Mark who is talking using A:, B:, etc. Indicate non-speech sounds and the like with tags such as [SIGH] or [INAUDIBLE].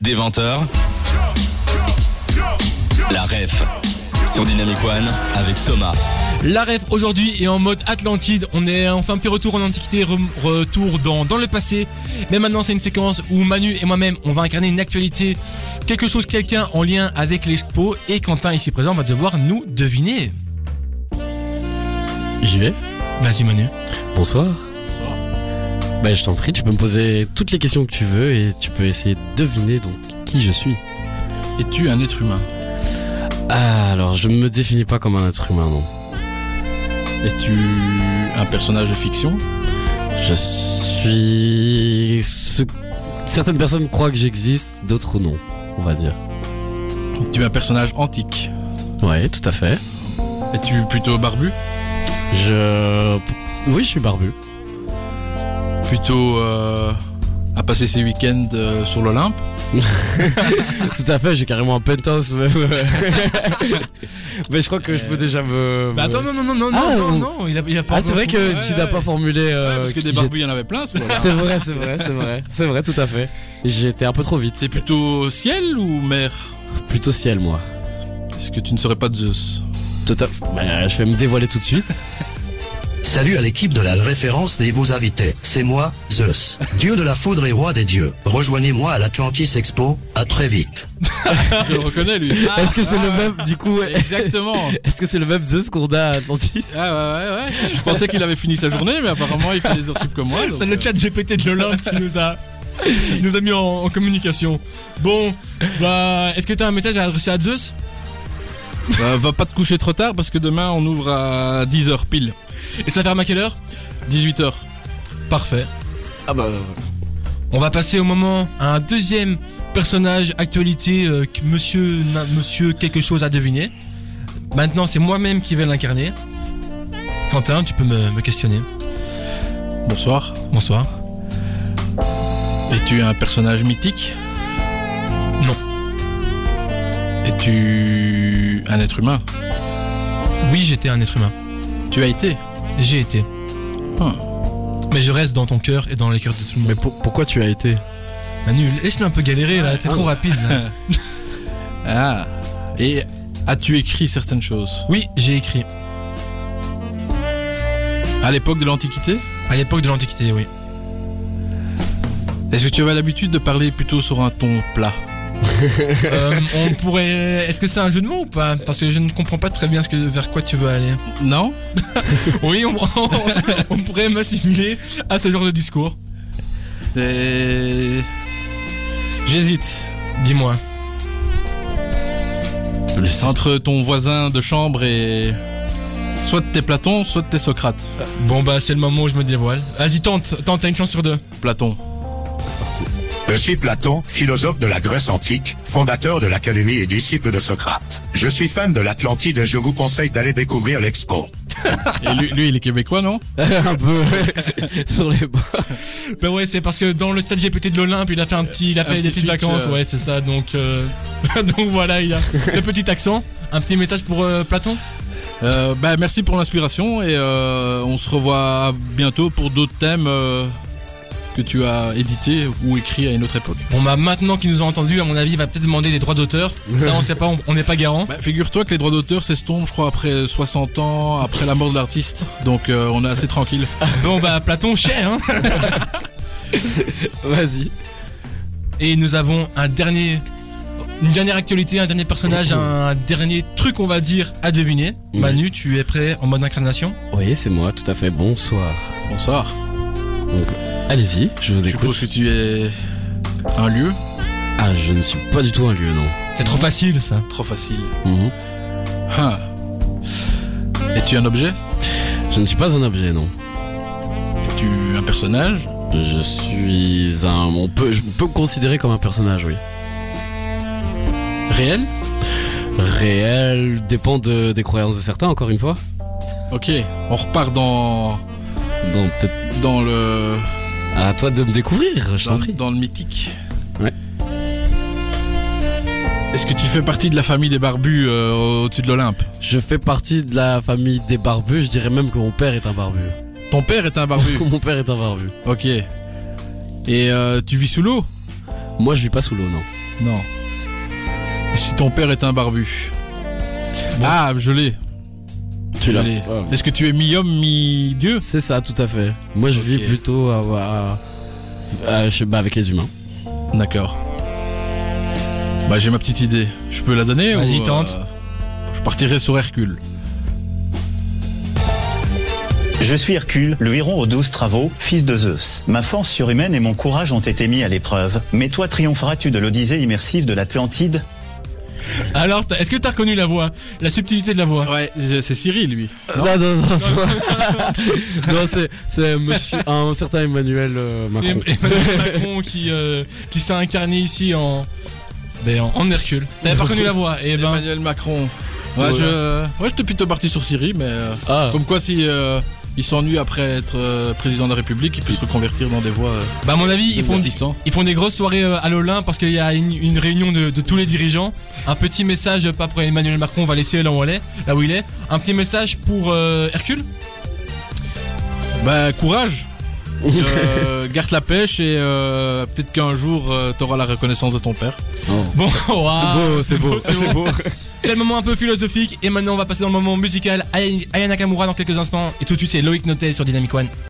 A: Des 20h, la ref sur Dynamic One avec Thomas.
B: La ref aujourd'hui est en mode Atlantide. On est on fait un petit retour en antiquité, re- retour dans, dans le passé. Mais maintenant c'est une séquence où Manu et moi-même on va incarner une actualité, quelque chose, quelqu'un en lien avec l'expo. Et Quentin ici présent va devoir nous deviner.
C: J'y vais.
B: Vas-y Manu.
C: Bonsoir. Bah, je t'en prie, tu peux me poser toutes les questions que tu veux et tu peux essayer de deviner donc qui je suis.
D: Es-tu un être humain
C: Ah, alors, je ne me définis pas comme un être humain, non.
D: Es-tu un personnage de fiction
C: Je suis. ce- Certaines personnes croient que j'existe, d'autres non, on va dire.
D: Es-tu un personnage antique
C: Ouais, tout à fait.
D: Es-tu plutôt barbu
C: Je. Oui, je
D: [LAUGHS]
C: suis barbu.
D: Plutôt euh, à passer ses week-ends euh, sur l'Olympe
C: Tout à fait, j'ai carrément un penthouse même.
D: [LAUGHS]
C: Mais je crois que je
D: Euh,
C: peux déjà me.
B: Bah
C: me-
B: attends non non non non
C: Ah,
B: non,
C: on-
B: non, il a, il a pas.
C: Ah, c'est vrai que tu
D: Ouais,
C: n'as
D: ouais.
C: pas formulé. euh,
D: Ouais, Parce que
C: qui
D: des
C: j'étais.
D: barbus, il y en avait plein sur l'Olympe.
C: C'est vrai, c'est vrai, c'est vrai. C'est vrai, tout à fait. J'étais un peu trop vite.
D: C'est plutôt ciel ou mer
C: Plutôt ciel, moi.
D: Est-ce que tu ne serais pas Zeus
C: Tout à Bah, je vais me dévoiler tout de suite.
E: Salut à l'équipe de la référence des vos invités. C'est moi, Zeus, dieu de la foudre et roi des dieux. Rejoignez-moi à l'Atlantis Expo. À très vite.
D: Je le reconnais, lui.
C: est-ce que c'est le même, du coup,
D: Exactement.
C: est-ce que c'est le même Zeus qu'on a à Atlantis
D: Ah ouais, ouais, ouais. Je pensais qu'il avait fini sa journée, mais apparemment, il fait des heures sup comme moi. donc, euh,
B: C'est le chat GPT de l'Olympe qui nous a [LAUGHS] qui nous a mis en, en communication. Bon bah est-ce que t'as un message à adresser à Zeus
D: euh, bah, va pas te coucher trop tard parce que demain, on ouvre à 10h pile.
B: et ça ferme à quelle heure
D: 18h.
B: Parfait.
C: Ah bah.
B: On va passer au moment à un deuxième personnage actualité, euh, que monsieur, na- monsieur quelque chose à deviner. Maintenant, c'est moi-même qui vais l'incarner. Quentin, tu peux me, me questionner.
D: Bonsoir.
B: Bonsoir.
D: Es-tu un personnage mythique
B: Non.
D: Es-tu un être humain
B: Oui, j'étais un être humain.
D: Tu as été
B: J'ai été.
D: Ah.
B: Mais je reste dans ton cœur et dans les cœurs de tout le monde.
C: Mais pour- pourquoi tu as été
B: Manu, laisse-le un peu galérer là, t'es
C: Ah.
B: trop rapide. là.
D: Ah. Et as-tu écrit certaines choses
B: oui, j'ai écrit.
D: À l'époque de l'Antiquité
B: À l'époque de
D: [LAUGHS]
B: l'Antiquité, oui.
D: Est-ce que tu avais l'habitude de parler plutôt sur un ton plat
B: Euh, on pourrait. Est-ce que c'est un jeu de mots ou pas Parce que je ne comprends pas très bien ce que, vers quoi tu
D: [LAUGHS]
B: veux aller.
D: Non
B: Oui, on, on pourrait m'assimiler à ce genre de discours.
D: Euh, J'hésite.
B: Dis-moi.
D: Entre ton voisin de chambre et... Soit t'es Platon, soit t'es Socrate.
B: Bon bah c'est le moment où je me dévoile. Vas-y tente, tente, t'as une chance sur deux.
D: Platon.
F: Je suis Platon, philosophe de la Grèce antique, fondateur de l'Académie et disciple de Socrate. Je suis fan de l'Atlantide et je vous conseille d'aller découvrir l'expo.
D: Et lui, lui, il est québécois, non
C: Un peu [LAUGHS] sur les bords.
B: Bah ouais c'est parce que dans le chat GPT de l'Olympe il a fait un petit, il a fait
D: petit
B: des petites
D: switch,
B: vacances.
D: euh.
B: Ouais c'est ça donc euh, [LAUGHS] donc voilà il a le petit accent. Un petit message pour euh, Platon.
D: Euh, bah, merci pour l'inspiration et euh, on se revoit bientôt pour d'autres thèmes euh, que tu as édités ou écrits à une autre époque.
B: Bon bah maintenant qu'il nous a entendu à mon avis il va peut-être demander des droits d'auteur. Ça on sait pas, on- on n'est pas [LAUGHS] garant.
D: Bah, Figure-toi que les droits d'auteur s'estompent, je crois, après 60 ans, après la mort de l'artiste. Donc euh, on est assez tranquille.
B: Bon bah Platon chais hein.
C: Vas-y.
B: Et nous avons un dernier, une dernière actualité, un dernier personnage, un dernier truc on va dire à deviner.
C: Oui.
B: Manu tu es prêt en mode incarnation?
C: Oui, c'est moi, tout à fait. Bonsoir.
D: Bonsoir.
C: Donc, allez-y, je vous
D: Je
C: écoute.
D: suppose que tu es un lieu
C: Ah, je ne suis pas du tout un lieu, non.
B: C'est trop facile ça.
D: Trop facile.
C: Mhm.
D: Ah. Es-tu un objet
C: Je ne suis pas un objet, non.
D: Es-tu un personnage
C: Je suis un. On peut, je peux me considérer comme un personnage, oui.
D: réel
C: Réel dépend de- des croyances de certains, encore une fois.
D: Ok, on repart dans,
C: Donc, peut-être
D: dans le
C: À toi de me découvrir, je
D: dans,
C: t'en prie.
D: dans le mythique.
C: Ouais.
D: Est-ce que tu fais partie de la famille des barbus euh, au-dessus de l'Olympe
C: Je fais partie de la famille des barbus, je dirais même que mon père est un barbu.
D: Ton père est un
C: [LAUGHS]
D: barbu.
C: mon père est un barbu.
D: ok. Et euh, tu vis sous l'eau
C: Moi, je vis pas sous l'eau, non.
D: Non. Si ton père est un barbu. Ah, je l'ai.
C: Tu
D: Je
C: l'as.
D: l'ai.
C: Ouais.
D: Est-ce que tu es mi-homme, mi-dieu
C: C'est ça, tout à fait. Moi, je vis
D: Ok.
C: plutôt à, à- à- je- bah, avec les humains.
D: D'accord. Bah, j'ai ma petite idée. Je peux la donner
B: Vas-y,
D: ou, euh,
B: tente.
D: je partirai sur Hercule.
G: Je suis Hercule, le héros aux douze travaux, fils de Zeus. Ma force surhumaine et mon courage ont été mis à l'épreuve. Mais toi, triompheras-tu de l'odyssée immersive de l'Atlantide
B: Alors, t'as- est-ce que t'as reconnu la voix La subtilité de la voix
D: Ouais, c'est Cyril, lui.
C: Euh, Non, non, non, non. [LAUGHS] Non, c'est, c'est monsieur, un certain Emmanuel euh,
B: C'est
C: Macron.
B: Emmanuel Oh, [LAUGHS] Macron qui, euh, qui s'est incarné ici en. Ben, en, en Hercule. T'avais pas reconnu la voix Et ben.
D: Emmanuel Macron. Eh Ouais,
B: Voilà.
D: je, ouais, j'étais plutôt parti sur Cyril, mais euh,
B: Ah.
D: comme quoi si euh, il s'ennuie après être euh, président de la République, il peut se reconvertir dans des voies euh,
B: Bah, à mon avis, ils font,
D: d'assistant.
B: ils font des grosses soirées euh, à l'Olin parce qu'il y a une, une réunion de, de tous les dirigeants. Un petit message, pas pour Emmanuel Macron, on va laisser là où, elle est, là où il est. Un petit message pour euh, Hercule
D: Bah courage. Euh, garde la pêche et euh, peut-être qu'un jour euh, t'auras la reconnaissance de ton père.
B: Bon, [LAUGHS] waouh.
C: c'est beau, c'est beau.
B: c'est C'est le moment un peu philosophique et maintenant on va passer dans le moment musical. Aya Aya Nakamura dans quelques instants et tout de suite c'est Loïc Notet sur Dynamic One.